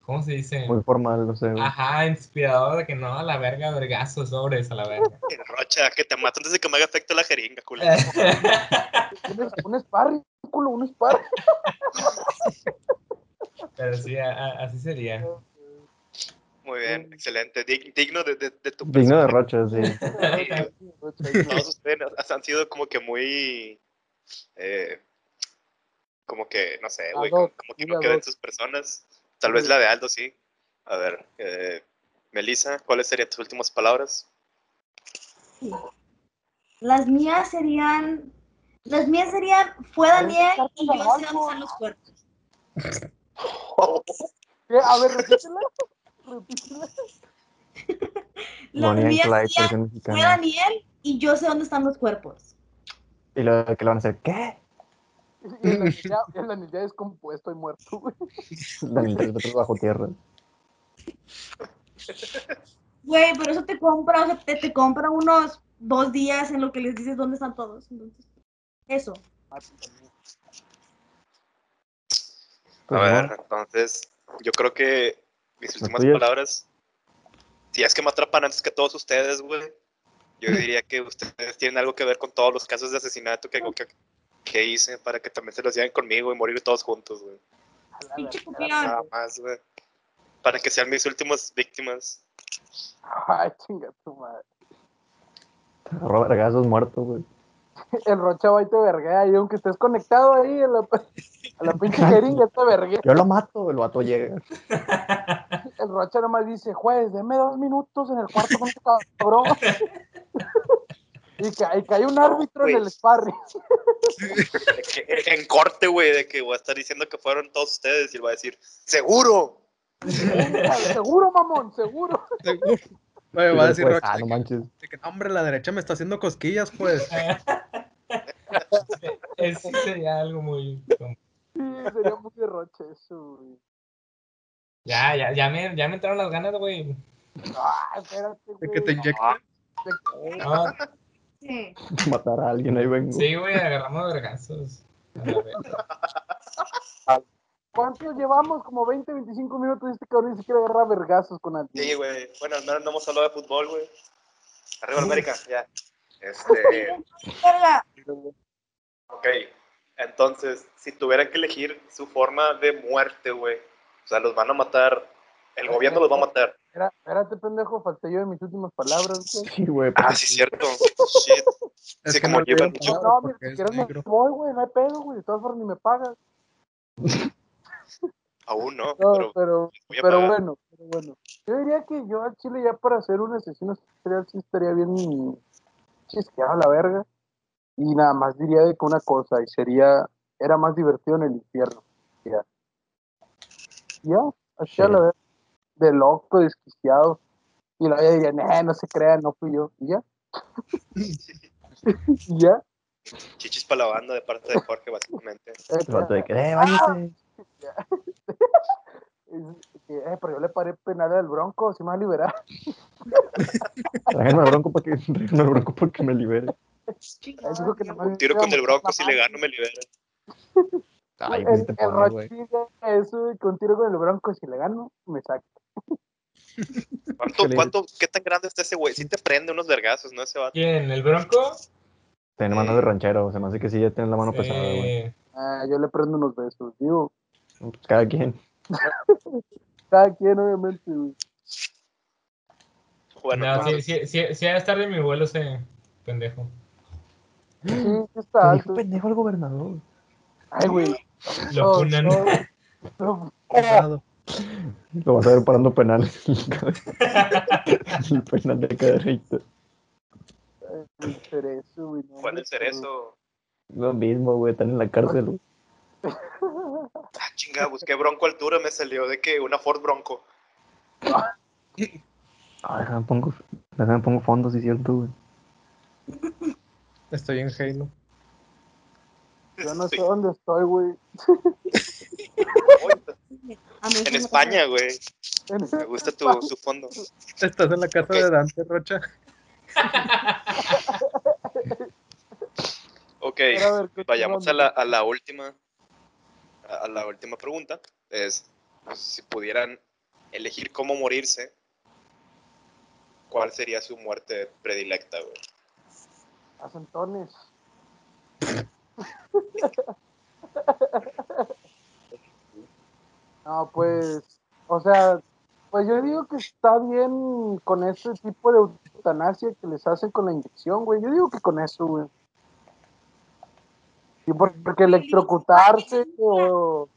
Speaker 7: ¿cómo se dice?
Speaker 3: Muy formal, no sé, güey.
Speaker 1: Ah,
Speaker 7: Ajá, inspirador de que no, a la verga, vergazo, sobres, a la verga.
Speaker 1: Rocha, que te mato antes de que me haga efecto la jeringa, culero.
Speaker 2: Un, un sparring, culo, un sparring.
Speaker 7: Pero sí, a- a- así sería.
Speaker 1: Muy bien, excelente. Dig- digno de, de- de tu
Speaker 3: Digno
Speaker 1: persona.
Speaker 3: de Rocha, sí.
Speaker 1: Todos ustedes has- han sido como que muy. eh, como que, no sé, güey,
Speaker 2: Ad
Speaker 1: como,
Speaker 2: hoc,
Speaker 1: como que
Speaker 2: muy
Speaker 1: no
Speaker 2: ad
Speaker 1: queden
Speaker 2: hoc.
Speaker 1: sus personas. Tal vez la de Aldo, sí. A ver, eh, Melissa, ¿cuáles serían tus últimas palabras?
Speaker 5: Sí. Las mías serían. Las mías serían. Fue Daniel y yo sé dónde están los cuerpos.
Speaker 2: ¿Qué? Eh, A ver, repítela. Repítela.
Speaker 5: Las
Speaker 3: Bonnie and
Speaker 5: mías
Speaker 3: Clyde,
Speaker 5: serían.
Speaker 3: versión
Speaker 5: Fue
Speaker 3: mexicana.
Speaker 5: Daniel y yo sé dónde están los cuerpos.
Speaker 3: Y luego de que le van a hacer, ¿qué?
Speaker 2: Y el anillo ya- el anillo ya descompuesto y muerto, güey.
Speaker 3: Daniel, tres metros bajo tierra.
Speaker 5: Güey, pero eso te compra, o sea, te, te compra unos dos días en lo que les dices dónde están todos. Entonces, eso.
Speaker 1: A
Speaker 3: Pues,
Speaker 1: ver,
Speaker 3: no,
Speaker 1: entonces, yo creo que mis
Speaker 3: ¿Las
Speaker 1: últimas
Speaker 3: tuyas?
Speaker 1: palabras, si es que me atrapan antes que todos ustedes, güey, yo diría que ustedes tienen algo que ver con todos los casos de asesinato que, que, que hice para que también se los lleven conmigo y morir todos juntos, güey.
Speaker 5: Pinche
Speaker 1: Nada
Speaker 5: copión.
Speaker 1: más, güey. Para que sean mis últimas víctimas.
Speaker 2: Ay, chinga tu madre.
Speaker 3: te agarró a vergazos muerto, güey.
Speaker 2: El Rocha va y te verguea. Y aunque estés conectado ahí a la, a la pinche jeringa, te verguea.
Speaker 3: Yo lo mato, el vato llega.
Speaker 2: El Rocha nomás dice, juez, deme dos minutos en el cuarto con este cabrón. y, ca- y cae un árbitro en el
Speaker 4: Pues.
Speaker 2: sparring.
Speaker 1: De que- en corte, güey, de que voy a estar diciendo que fueron todos ustedes y él va a decir, ¡seguro!
Speaker 2: seguro, mamón, seguro.
Speaker 4: Seguro. Oye,
Speaker 3: Y
Speaker 4: va a
Speaker 3: luego,
Speaker 4: decir
Speaker 3: pues,
Speaker 4: Rocha
Speaker 3: ah,
Speaker 4: de
Speaker 3: no
Speaker 4: que-
Speaker 3: manches.
Speaker 4: de que, "No, hombre, la derecha me está haciendo cosquillas, pues.
Speaker 7: Eso sería algo muy... como-
Speaker 2: Sí, sería muy de Rocha eso, güey.
Speaker 7: Ya, ya, ya me, ya me entraron las ganas, güey.
Speaker 2: Ah, espérate,
Speaker 4: De
Speaker 2: güey.
Speaker 4: que te inyectan.
Speaker 7: No,
Speaker 5: Sí.
Speaker 3: Matar a alguien, ahí vengo.
Speaker 7: sí, güey, agarramos vergazos. A la verga.
Speaker 2: ¿Cuántos llevamos? Como 20, 25 minutos y este cabrón ni siquiera agarra vergazos con alguien.
Speaker 1: Sí, güey. Bueno, al menos no hemos hablado de fútbol, güey. Arriba la América, ya. Este...
Speaker 5: Verga.
Speaker 1: Ok, entonces, si tuvieran que elegir su forma de muerte, güey, o sea, los van a matar, el gobierno los va a matar.
Speaker 2: Espera- Espérate, pendejo, falté yo de mis últimas palabras, güey.
Speaker 3: Sí, güey.
Speaker 1: Ah, sí, cierto. Shit.
Speaker 4: Es
Speaker 1: Sí,
Speaker 4: que
Speaker 1: como
Speaker 4: no
Speaker 1: yo iba
Speaker 4: llevan
Speaker 1: mucho.
Speaker 2: No,
Speaker 4: palabras
Speaker 2: mira,
Speaker 4: porque
Speaker 2: si
Speaker 4: es
Speaker 2: quieres me
Speaker 4: negro.
Speaker 2: voy, güey, no hay pedo, güey. De todas formas ni me pagas.
Speaker 1: Aún no,
Speaker 2: No,
Speaker 1: pero
Speaker 2: pero
Speaker 1: voy a
Speaker 2: Pero
Speaker 1: pagar.
Speaker 2: bueno, pero bueno. Yo diría que yo al Chile ya para ser un asesino serial sí estaría bien chisqueado a la verga. Y nada más diría de que una cosa, y sería, era más divertido en el infierno. Ya. Ya, así a la verga. de loco, desquiciado. Y luego ya diría, nah, no se crean, no fui yo. Y ya. y ya.
Speaker 1: Chichis para la banda de parte de Jorge, básicamente.
Speaker 2: Eh,
Speaker 3: El vato de que, eh,
Speaker 2: Ah.
Speaker 3: váyase.
Speaker 2: es- que, eh, pero yo le paré penal al bronco, si me va a liberar.
Speaker 3: Tráiganme al bronco para que, tráiganme al bronco para que me libere.
Speaker 2: Él dijo que nomás
Speaker 1: Ah, Tiro con
Speaker 2: íbamos
Speaker 1: el bronco,
Speaker 2: a
Speaker 1: si le gano me libera.
Speaker 2: El,
Speaker 3: Ay,
Speaker 2: el
Speaker 3: te pones, güey.
Speaker 2: Rochi dice eso de que un tiro con el bronco, si le gano, me saca.
Speaker 1: ¿Cuánto,
Speaker 3: Híjole.
Speaker 1: cuánto, qué tan grande está ese güey? Sí te prende unos vergazos, ¿no? Ese vato.
Speaker 7: ¿Quién? ¿El Bronco?
Speaker 3: Tiene mano de ranchero, se me hace que sí ya tiene la mano pesada, pues, güey.
Speaker 7: Eh,
Speaker 2: Ah, yo le prendo unos besos, digo.
Speaker 3: Cada quien.
Speaker 2: Cada quien, obviamente, güey.
Speaker 1: Bueno, pues,
Speaker 7: no,
Speaker 1: entonces,
Speaker 7: sí, sí, sí, sí ha de estar de mi vuelo ese pendejo.
Speaker 2: Sí, Ah, sí
Speaker 3: Te
Speaker 2: está
Speaker 3: dijo
Speaker 2: alto.
Speaker 3: pendejo el gobernador.
Speaker 2: Ay, güey.
Speaker 7: Lo
Speaker 2: No,
Speaker 7: funan.
Speaker 2: Oh, no, no.
Speaker 4: Pesado.
Speaker 3: Lo vas a ver parando penales. el penal de cada recto.
Speaker 2: Ay, el cerezo, güey. no,
Speaker 1: ¿cuál
Speaker 2: hombre,
Speaker 1: es el cerezo?
Speaker 3: Lo mismo, güey, están en la cárcel. güey.
Speaker 1: Ah, chinga, busqué bronco altura, me salió de que una Ford Bronco.
Speaker 3: Ah, déjame pongo, déjame pongo fondos, sí, cierto, güey.
Speaker 4: Estoy en Halo.
Speaker 2: Yo no sé
Speaker 1: Sí.
Speaker 2: dónde estoy, güey.
Speaker 5: A mí sí
Speaker 1: En
Speaker 5: me-
Speaker 1: España, güey.
Speaker 2: En
Speaker 1: Me gusta tu, tu fondo.
Speaker 4: Estás en la casa
Speaker 1: Ok.
Speaker 4: de Dante Rocha.
Speaker 1: Ok,
Speaker 2: Pero a ver, ¿qué
Speaker 1: vayamos
Speaker 2: onda?
Speaker 1: a la, a la última a a la última pregunta. Es pues, si pudieran elegir cómo morirse, ¿cuál sería su muerte predilecta, güey?
Speaker 2: A Santones. No, pues, o sea, pues yo digo que está bien con este tipo de eutanasia que les hacen con la inyección, güey. Yo digo que con eso, güey. Y por- porque electrocutarse o,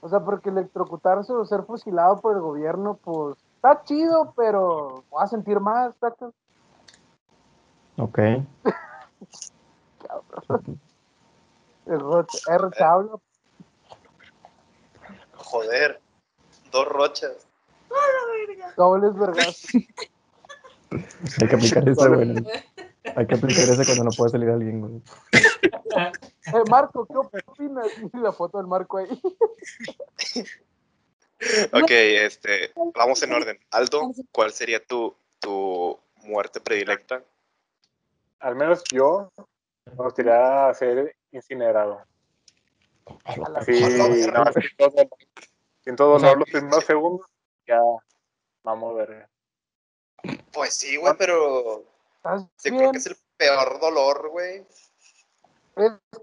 Speaker 2: o sea, porque electrocutarse o ser fusilado por el gobierno, pues, está chido, pero voy a sentir más, ¿sacas?
Speaker 3: Ok.
Speaker 2: El Rocha, el Rocha habla,
Speaker 1: Joder, dos rochas.
Speaker 2: dobles vergas.
Speaker 3: Hay que aplicar ese, güey. Hay que aplicar ese cuando no puede salir alguien, güey.
Speaker 2: Eh, Marco, ¿qué opinas? Y la foto del Marco ahí.
Speaker 1: Ok, este, vamos en orden. Aldo, ¿cuál sería tu, tu muerte predilecta?
Speaker 6: Al menos yo me gustaría ser incinerado. Así, nada más sin dolor. Siento
Speaker 4: O sea,
Speaker 6: dolor los primeros segundos, ya vamos a ver.
Speaker 1: Pues sí, güey, pero
Speaker 2: ¿Estás
Speaker 1: sí creo
Speaker 2: bien?
Speaker 1: que es
Speaker 2: Es...
Speaker 1: el peor dolor, güey.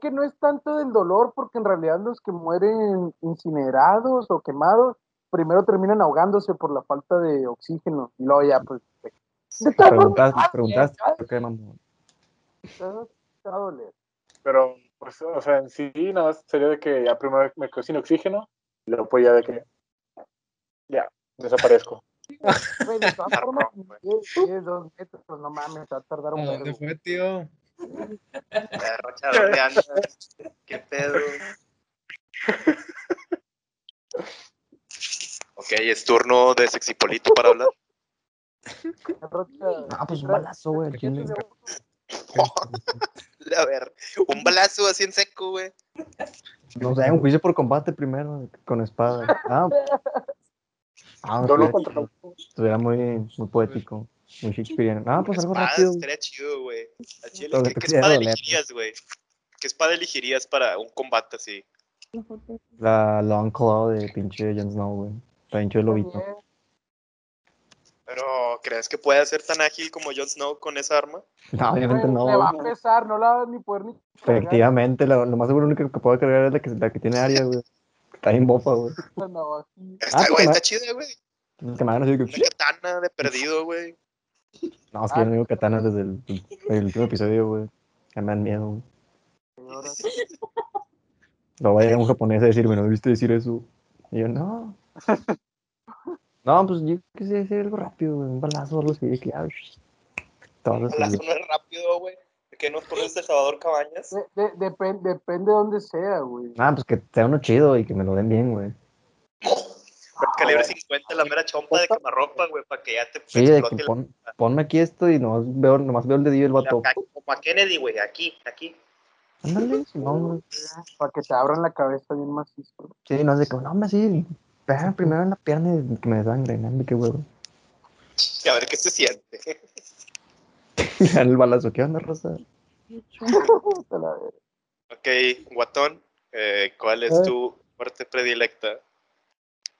Speaker 2: que no es tanto del dolor, porque en realidad los que mueren incinerados o quemados, primero terminan ahogándose por la falta de oxígeno. Y luego ya, pues, te, te está
Speaker 3: Preguntaste,
Speaker 2: doliendo,
Speaker 3: preguntaste.
Speaker 2: ya,
Speaker 3: ¿Por qué, mamón?
Speaker 2: ya, te va a doler.
Speaker 6: Pero, pues, o sea, en sí, nada más sería de que ya primero me quedo sin oxígeno, y luego pues ya de que ya desaparezco.
Speaker 2: Güey, de todas formas,
Speaker 1: Marco, güey.
Speaker 2: 10, 10, 2 metros, no mames, va a tardar
Speaker 4: ¿A
Speaker 2: un
Speaker 4: dónde
Speaker 2: vergo.
Speaker 4: fue, tío?
Speaker 1: La rocha, ¿dónde andas? ¿Qué pedo? Ok, es turno de Sexipolito para hablar.
Speaker 2: El Rocha-
Speaker 3: Ah, pues un
Speaker 2: Tra-
Speaker 3: balazo, güey. ¿a quién le-
Speaker 1: A ver, un balazo así en seco, güey.
Speaker 3: No sé, un juicio por combate primero, con espada. Ah, ah
Speaker 6: Dolo
Speaker 3: estuviera,
Speaker 6: contra
Speaker 3: chido, estuviera muy, muy poético, muy shakespeariano. Ah, pues algo
Speaker 1: Espadas,
Speaker 3: rápido.
Speaker 1: Estaría chido, güey. Al chile,
Speaker 3: Lo
Speaker 1: ¿Qué,
Speaker 3: que
Speaker 1: qué
Speaker 3: quiera
Speaker 1: espada
Speaker 3: doler, ¿no?
Speaker 1: elegirías, güey? ¿Qué espada elegirías para un combate así?
Speaker 3: La Long Claw de pinche Jon Snow, güey. La pinche lobito.
Speaker 2: También,
Speaker 1: Pero, ¿crees que pueda ser tan ágil como Jon Snow con esa arma?
Speaker 3: No, obviamente
Speaker 2: güey, Le va
Speaker 3: no.
Speaker 2: a pesar, no la va ni poder ni cargar
Speaker 3: Efectivamente, la- lo más seguro único que puedo cargar es la que, la que tiene área, güey. Está en bofa, güey.
Speaker 2: la navajilla.
Speaker 1: Esta,
Speaker 3: pues,
Speaker 1: güey,
Speaker 3: no.
Speaker 1: está chida, güey.
Speaker 3: Los que me hagan así de que,
Speaker 1: Una katana de perdido, güey.
Speaker 3: No, es que yo no digo katana desde el, el último episodio, güey. Ya me dan miedo, güey. Luego va a llegar un japonés a decirme, ¿no viste decir eso? Y yo, no. No, pues yo quise decir algo rápido, güey. Un balazo, algo así, de que, ah, sh- todo así,
Speaker 1: Balazo
Speaker 3: güey.
Speaker 1: no es rápido, güey. ¿Qué nos pones de Salvador Cabañas?
Speaker 2: De- de- depen- depende de dónde sea, güey.
Speaker 3: Ah, pues que sea uno chido y que me lo den bien, güey.
Speaker 1: Calibre 50, la mera chompa de camarropa, güey, para que ya te
Speaker 3: Sí, de que
Speaker 1: explote la-
Speaker 3: pon- ponme aquí esto y nomás veo, nomás veo el dedillo del vato.
Speaker 1: la- Como a Kennedy, güey, aquí, aquí.
Speaker 3: Ándale, no, no.
Speaker 2: Para que te abran la cabeza bien macizo.
Speaker 3: Sí, no sé cómo, no, hombre, sí. Pega primero en la pierna y que me sangre, no, qué huevo.
Speaker 1: Y a ver qué se siente.
Speaker 3: Y le dan el balazo, ¿qué onda, Rosa?
Speaker 2: Te la verga.
Speaker 1: Ok, Guatón, eh, ¿cuál es
Speaker 4: Eh.
Speaker 1: tu muerte predilecta?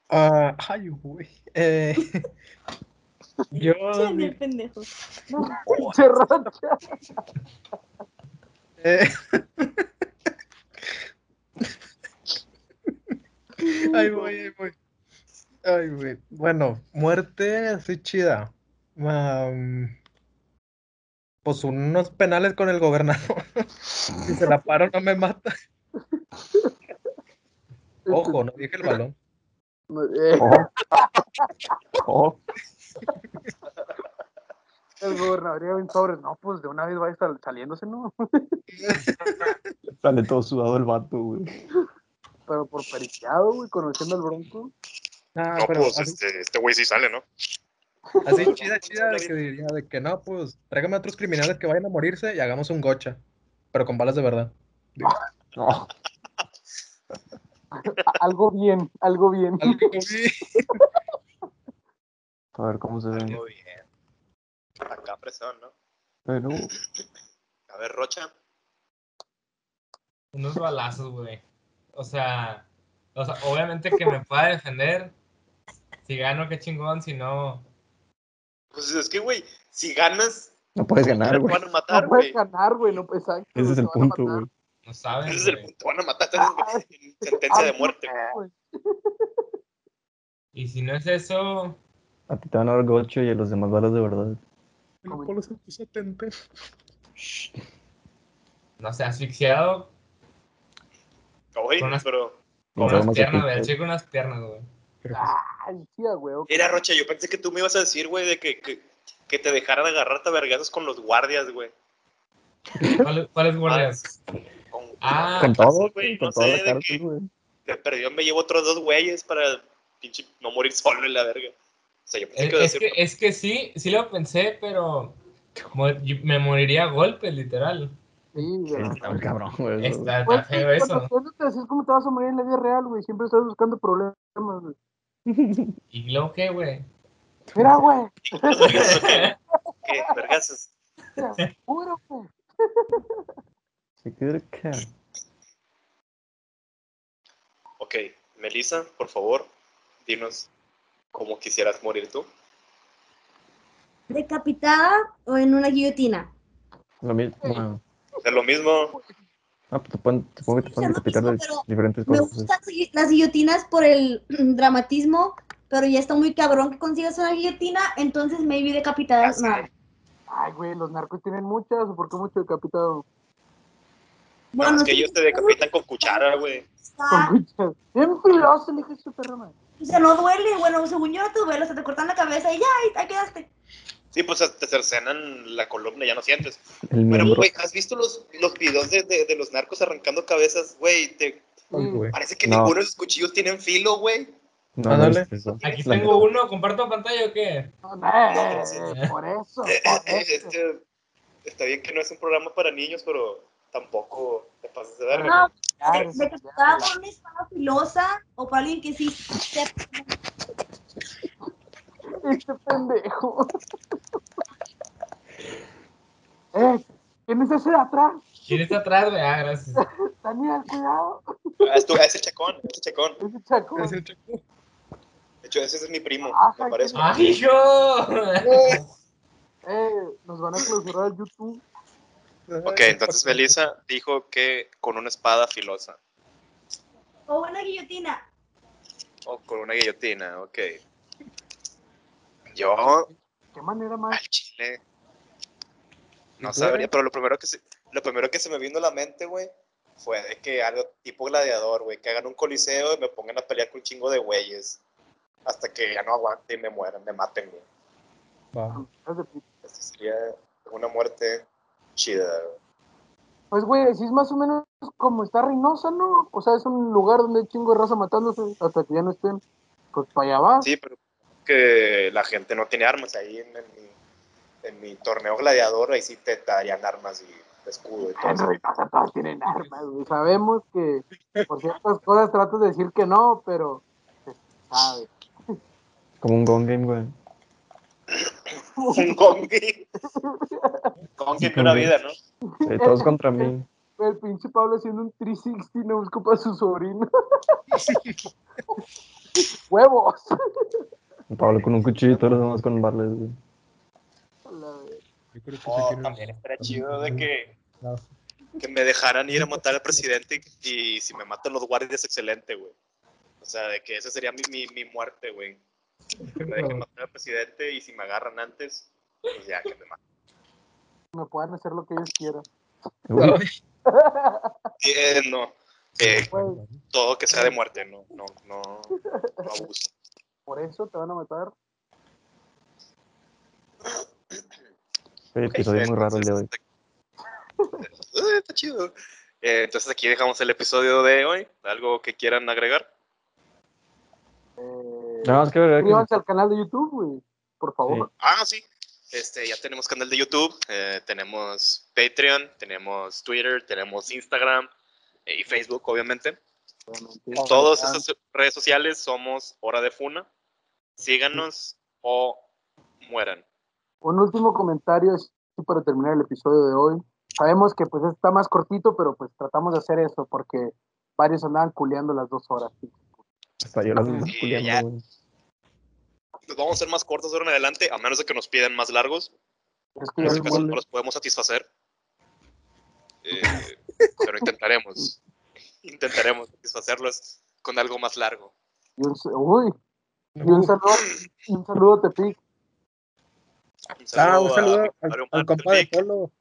Speaker 4: Ah, ay, güey. Eh, yo,
Speaker 5: Daniel, pendejo. No,
Speaker 2: Pinche racha.
Speaker 4: eh, Ay, güey, ay, güey. Ay, güey. Bueno, muerte así chida. Am, pues unos penales con el gobernador. Si se la paro, no me mata. Ojo, no dije el balón.
Speaker 2: Eh,
Speaker 3: Oh. Oh.
Speaker 2: El gobernador iba bien sobre. No, pues de una vez va a estar saliéndose, ¿no?
Speaker 3: Sale todo sudado el vato, güey.
Speaker 2: Pero por periqueado, güey, conociendo al bronco.
Speaker 4: Ah,
Speaker 1: No,
Speaker 4: pero
Speaker 1: pues
Speaker 4: así,
Speaker 1: este este güey sí sale, ¿no?
Speaker 4: así chida, chida, de que diría de que no, pues tráigame a otros criminales que vayan a morirse y hagamos un gocha. Pero con balas de verdad.
Speaker 3: No.
Speaker 2: A- Algo bien, algo bien.
Speaker 4: Algo que vi.
Speaker 3: A ver cómo se ve.
Speaker 1: Muy bien. Acá presión, ¿no?
Speaker 3: Pero,
Speaker 1: A ver, Rocha.
Speaker 7: Unos balazos, güey. O sea, o sea, obviamente que me pueda defender. Si gano, qué chingón. Si no,
Speaker 1: Pues es que, güey, si ganas,
Speaker 3: no puedes
Speaker 1: te
Speaker 3: ganar, güey.
Speaker 1: van a matar,
Speaker 2: No puedes
Speaker 1: güey.
Speaker 2: ganar, güey, no puedes exacto,
Speaker 3: Ese es
Speaker 2: te
Speaker 3: el
Speaker 2: van a
Speaker 3: punto,
Speaker 2: matar.
Speaker 3: güey.
Speaker 7: no sabes.
Speaker 1: Ese es el
Speaker 7: güey.
Speaker 1: punto, van a matar. te hacen Sentencia de muerte. güey.
Speaker 2: güey.
Speaker 7: Y si no es eso,
Speaker 3: A ti te van a dar gocho y a los demás balas de verdad.
Speaker 4: El polo se puso atento.
Speaker 7: no sé, asfixiado
Speaker 1: Oye,
Speaker 7: Con las-
Speaker 1: pero.
Speaker 7: con
Speaker 3: Nos
Speaker 7: unas
Speaker 3: vemos
Speaker 7: piernas,
Speaker 3: aquí.
Speaker 7: güey. el chico con unas piernas, güey.
Speaker 2: Ay, sí, a huevo.
Speaker 1: Era Rocha, yo pensé que tú me ibas a decir, güey, de que, que, que te dejaran agarrarte a vergazos con los guardias, güey.
Speaker 7: ¿Cuáles cuáles guardias?
Speaker 1: Con,
Speaker 7: Ah,
Speaker 3: Con todo,
Speaker 1: güey,
Speaker 3: con
Speaker 1: no
Speaker 3: toda
Speaker 1: sé,
Speaker 3: la
Speaker 1: de
Speaker 3: cárcel,
Speaker 1: que-
Speaker 3: güey.
Speaker 1: de perdión me llevo otros dos güeyes para pinche no morir solo en la verga. O sea, yo pensé que iba a
Speaker 7: Es, es
Speaker 1: decir,
Speaker 7: que, es que sí, sí lo pensé, pero mo- yo- me moriría a golpes, literal.
Speaker 2: Sí, güey.
Speaker 3: Está muy cabrón, güey. eso, güey.
Speaker 7: Está,
Speaker 2: Pues,
Speaker 7: está
Speaker 2: sí,
Speaker 7: feo
Speaker 2: cuando
Speaker 7: eso.
Speaker 2: siéntate así es como te vas a morir en la vida real, güey. Siempre estás buscando problemas, güey.
Speaker 7: ¿Y luego qué, güey?
Speaker 2: Mira, güey.
Speaker 1: "Los vergazos, ¿qué? ¿Qué? Vergazos.
Speaker 2: Puro, güey.
Speaker 3: Se queda acá.
Speaker 1: Ok, Melissa, por favor, dinos cómo quisieras morir tú.
Speaker 5: ¿Decapitada o en una guillotina?
Speaker 3: Lo mismo. bueno.
Speaker 1: Es lo mismo,
Speaker 3: Ah, pues te pueden, supongo que te pueden
Speaker 5: Sí, es lo
Speaker 3: decapitar de
Speaker 5: mismo, pero
Speaker 3: diferentes
Speaker 5: Me
Speaker 3: cosas. pues,
Speaker 5: gustan las gui- las guillotinas por el dramatismo, pero ya está muy cabrón que consigas una guillotina, entonces maybe decapitada.
Speaker 1: Ah, sí.
Speaker 5: no.
Speaker 2: Ay, güey, los narcos tienen muchas, ¿o por qué mucho decapitado?
Speaker 1: Nada más que
Speaker 5: sí,
Speaker 1: ellos te decapitan con cuchara, güey.
Speaker 3: Ah.
Speaker 5: está-
Speaker 2: Con muchas. Bien filoso, le dije su perra, madre.
Speaker 5: O sea, no duele. Bueno, según yo no te duele, o sea, te cortan la cabeza y ya, ahí, ahí quedaste.
Speaker 1: Sí, pues te cercenan la columna, ya no sientes.
Speaker 3: El
Speaker 1: Pero,
Speaker 3: miembro.
Speaker 1: güey, ¿has visto los, los videos de, de- de los narcos arrancando cabezas? Güey, te-
Speaker 4: Ay, güey.
Speaker 1: parece que
Speaker 3: No.
Speaker 1: ninguno de sus cuchillos tienen filo, güey.
Speaker 3: No,
Speaker 4: Ah,
Speaker 3: no
Speaker 4: dale.
Speaker 3: es eso.
Speaker 7: Aquí
Speaker 3: La
Speaker 7: tengo uno, ¿comparto pantalla o qué?
Speaker 2: No, no,
Speaker 1: sí,
Speaker 7: sí.
Speaker 2: por eso, por
Speaker 1: Eh, eh,
Speaker 2: eso.
Speaker 1: este, está bien que no es un programa para niños, pero tampoco te pases de verga.
Speaker 5: No,
Speaker 2: Ya,
Speaker 5: de-
Speaker 2: ya,
Speaker 5: decapitada
Speaker 2: ya.
Speaker 5: por una espada filosa o para alguien que sí sepa.
Speaker 2: Este pendejo. eh, ¿quién es ese de atrás?
Speaker 7: ¿Quién está atrás, güey? Ah, gracias.
Speaker 2: Daniel, cuidado.
Speaker 1: Ah, es tu- ah, ese chacón, ese chacón.
Speaker 2: Ese chaco.
Speaker 4: Es el chaco.
Speaker 1: De hecho, ese es mi primo,
Speaker 2: Ajá,
Speaker 1: me parece.
Speaker 7: ¡Ay, hijo!
Speaker 2: Eh, nos van a clausurar el YouTube.
Speaker 1: Ok, entonces Melissa dijo que con una espada filosa.
Speaker 5: O una guillotina.
Speaker 1: O con una guillotina, ok. Yo,
Speaker 2: Qué manera más.
Speaker 1: al chile. No
Speaker 4: ¿Y tú,
Speaker 1: sabría,
Speaker 4: Aaron?
Speaker 1: pero lo primero que se, lo primero que se me vino a la mente, güey, fue de que algo tipo gladiador, güey, que hagan un coliseo y me pongan a pelear con un chingo de güeyes. Hasta que ya no aguante y me mueran, me maten, güey.
Speaker 4: Va.
Speaker 1: Esa sería una muerte chida, güey.
Speaker 2: Pues, güey, si es más o menos como está Reynosa, ¿no? O sea, es un lugar donde hay chingo de raza matándose hasta que ya no estén. Pues para allá va.
Speaker 1: Sí, pero que la gente no tiene armas. Ahí en, en mi, en mi torneo gladiador, ahí sí te darían armas y escudo y todo
Speaker 2: Ay,
Speaker 1: eso.
Speaker 2: güey, todos- todos tienen armas, güey. Sabemos que por ciertas cosas tratas de decir que no, pero se sabe.
Speaker 3: Como un gong game, güey.
Speaker 1: Un congi. Congi de una vida, ¿no?
Speaker 3: Sí, Eh, todos contra mí.
Speaker 2: El pinche Pablo haciendo un 360 no busco para su sobrino. ¡Huevos!
Speaker 3: Pablo con un cuchillo y todos los demás con barles, güey.
Speaker 2: La verga.
Speaker 4: Yo creo que
Speaker 1: Oh,
Speaker 4: se
Speaker 1: también
Speaker 4: quiere.
Speaker 1: estaría chido de que, que me dejaran ir a matar al presidente y si me matan los guardias, excelente, güey. O sea, de que esa sería mi, mi, mi muerte, güey. Que Me dejen matar al presidente y si me agarran antes, pues ya, que me maten.
Speaker 2: Me pueden hacer lo que ellos quieran.
Speaker 3: Uy,
Speaker 1: Eh, no, eh,
Speaker 2: Güey,
Speaker 1: todo que sea de muerte, no, no, no, no abuso.
Speaker 2: por eso te van a matar.
Speaker 3: el episodio es muy raro el de hoy.
Speaker 1: Eh, está chido. Eh, entonces aquí dejamos el episodio de hoy. ¿Algo que quieran agregar?
Speaker 2: Eh,
Speaker 3: Nada más que ver que
Speaker 2: Suscríbanse al canal de YouTube, güey. Por favor.
Speaker 1: Ah, sí. Este, ya tenemos canal de YouTube, eh, tenemos Patreon, tenemos Twitter, tenemos Instagram eh, y Facebook, obviamente.
Speaker 2: obviamente.
Speaker 1: En todas esas redes sociales somos Hora de Funa. Síganos o mueran.
Speaker 2: Un último comentario así para terminar el episodio de hoy. Sabemos que pues está más cortito, pero pues tratamos de hacer eso porque varios andaban culeando las dos horas.
Speaker 3: hasta yo las ando
Speaker 1: Sí, ya.
Speaker 3: culiando, güey.
Speaker 1: Los vamos a hacer más cortos ahora en adelante, a menos de que nos pidan más largos.
Speaker 2: Es que
Speaker 1: En
Speaker 2: ya
Speaker 1: ese
Speaker 2: no
Speaker 1: caso
Speaker 2: vuelve.
Speaker 1: no los podemos satisfacer. Eh, pero intentaremos. Intentaremos satisfacerlos con algo más largo.
Speaker 2: Y un, uy, y un saludo, y un saludo Tepic.
Speaker 1: Un
Speaker 4: Ah, un
Speaker 1: a
Speaker 4: saludo
Speaker 1: mi
Speaker 4: al,
Speaker 1: compadre
Speaker 4: al
Speaker 1: Omar
Speaker 4: compa de
Speaker 1: Tepic.
Speaker 4: Polo.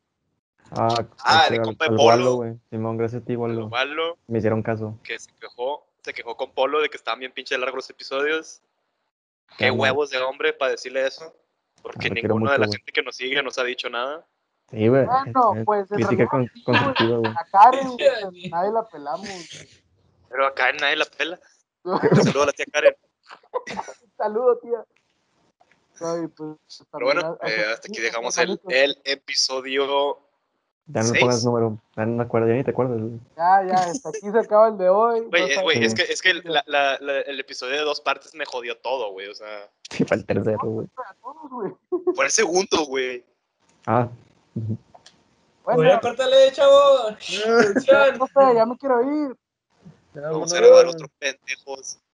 Speaker 3: Ah,
Speaker 1: Ah,
Speaker 3: este,
Speaker 1: de
Speaker 3: al-
Speaker 1: compa de
Speaker 3: al
Speaker 1: Polo.
Speaker 3: Walo, güey. Simón, gracias a ti, Walo.
Speaker 1: Malo,
Speaker 3: Me hicieron caso.
Speaker 1: que se quejó, se quejó con Polo de que estaban bien pinche largos los episodios. Qué
Speaker 3: Claro.
Speaker 1: huevos de hombre para decirle eso. Porque
Speaker 3: Ah, lo quiero
Speaker 1: ninguno de la
Speaker 3: mucho, güey.
Speaker 1: gente que nos sigue nos ha dicho nada.
Speaker 3: Sí, güey.
Speaker 2: Bueno,
Speaker 3: Es
Speaker 2: pues, en
Speaker 3: Crítica
Speaker 2: realidad
Speaker 3: con-
Speaker 2: sí, güey.
Speaker 3: constructiva, güey.
Speaker 2: A Karen, güey, pues, nadie la pelamos.
Speaker 1: Pero acá nadie la pela. Un saludo a la tía Karen.
Speaker 2: saludo, tía. Ay, pues,
Speaker 1: Pero
Speaker 2: también
Speaker 1: bueno,
Speaker 2: a- a-
Speaker 1: eh, hasta aquí
Speaker 2: a-
Speaker 1: dejamos
Speaker 2: a-
Speaker 1: el, eh. el episodio.
Speaker 3: Ya no le
Speaker 1: ¿Seis?
Speaker 3: pongas número. Ya no me acuerdo, ya ni te acuerdas, güey.
Speaker 2: Ya, ya, hasta aquí se acaba el de hoy.
Speaker 1: Güey,
Speaker 2: No
Speaker 1: eh,
Speaker 2: saben-
Speaker 1: güey, es que, es que la- la- la- el episodio de dos partes me jodió todo, güey. O sea,
Speaker 3: Sí, para el tercero, güey.
Speaker 2: a todos, güey.
Speaker 1: fue el segundo, güey.
Speaker 3: Ah,
Speaker 2: Bueno,
Speaker 7: Oye, apártale, chavo.
Speaker 2: no sé, ya me quiero ir.
Speaker 1: Vamos a grabar otro pendejos.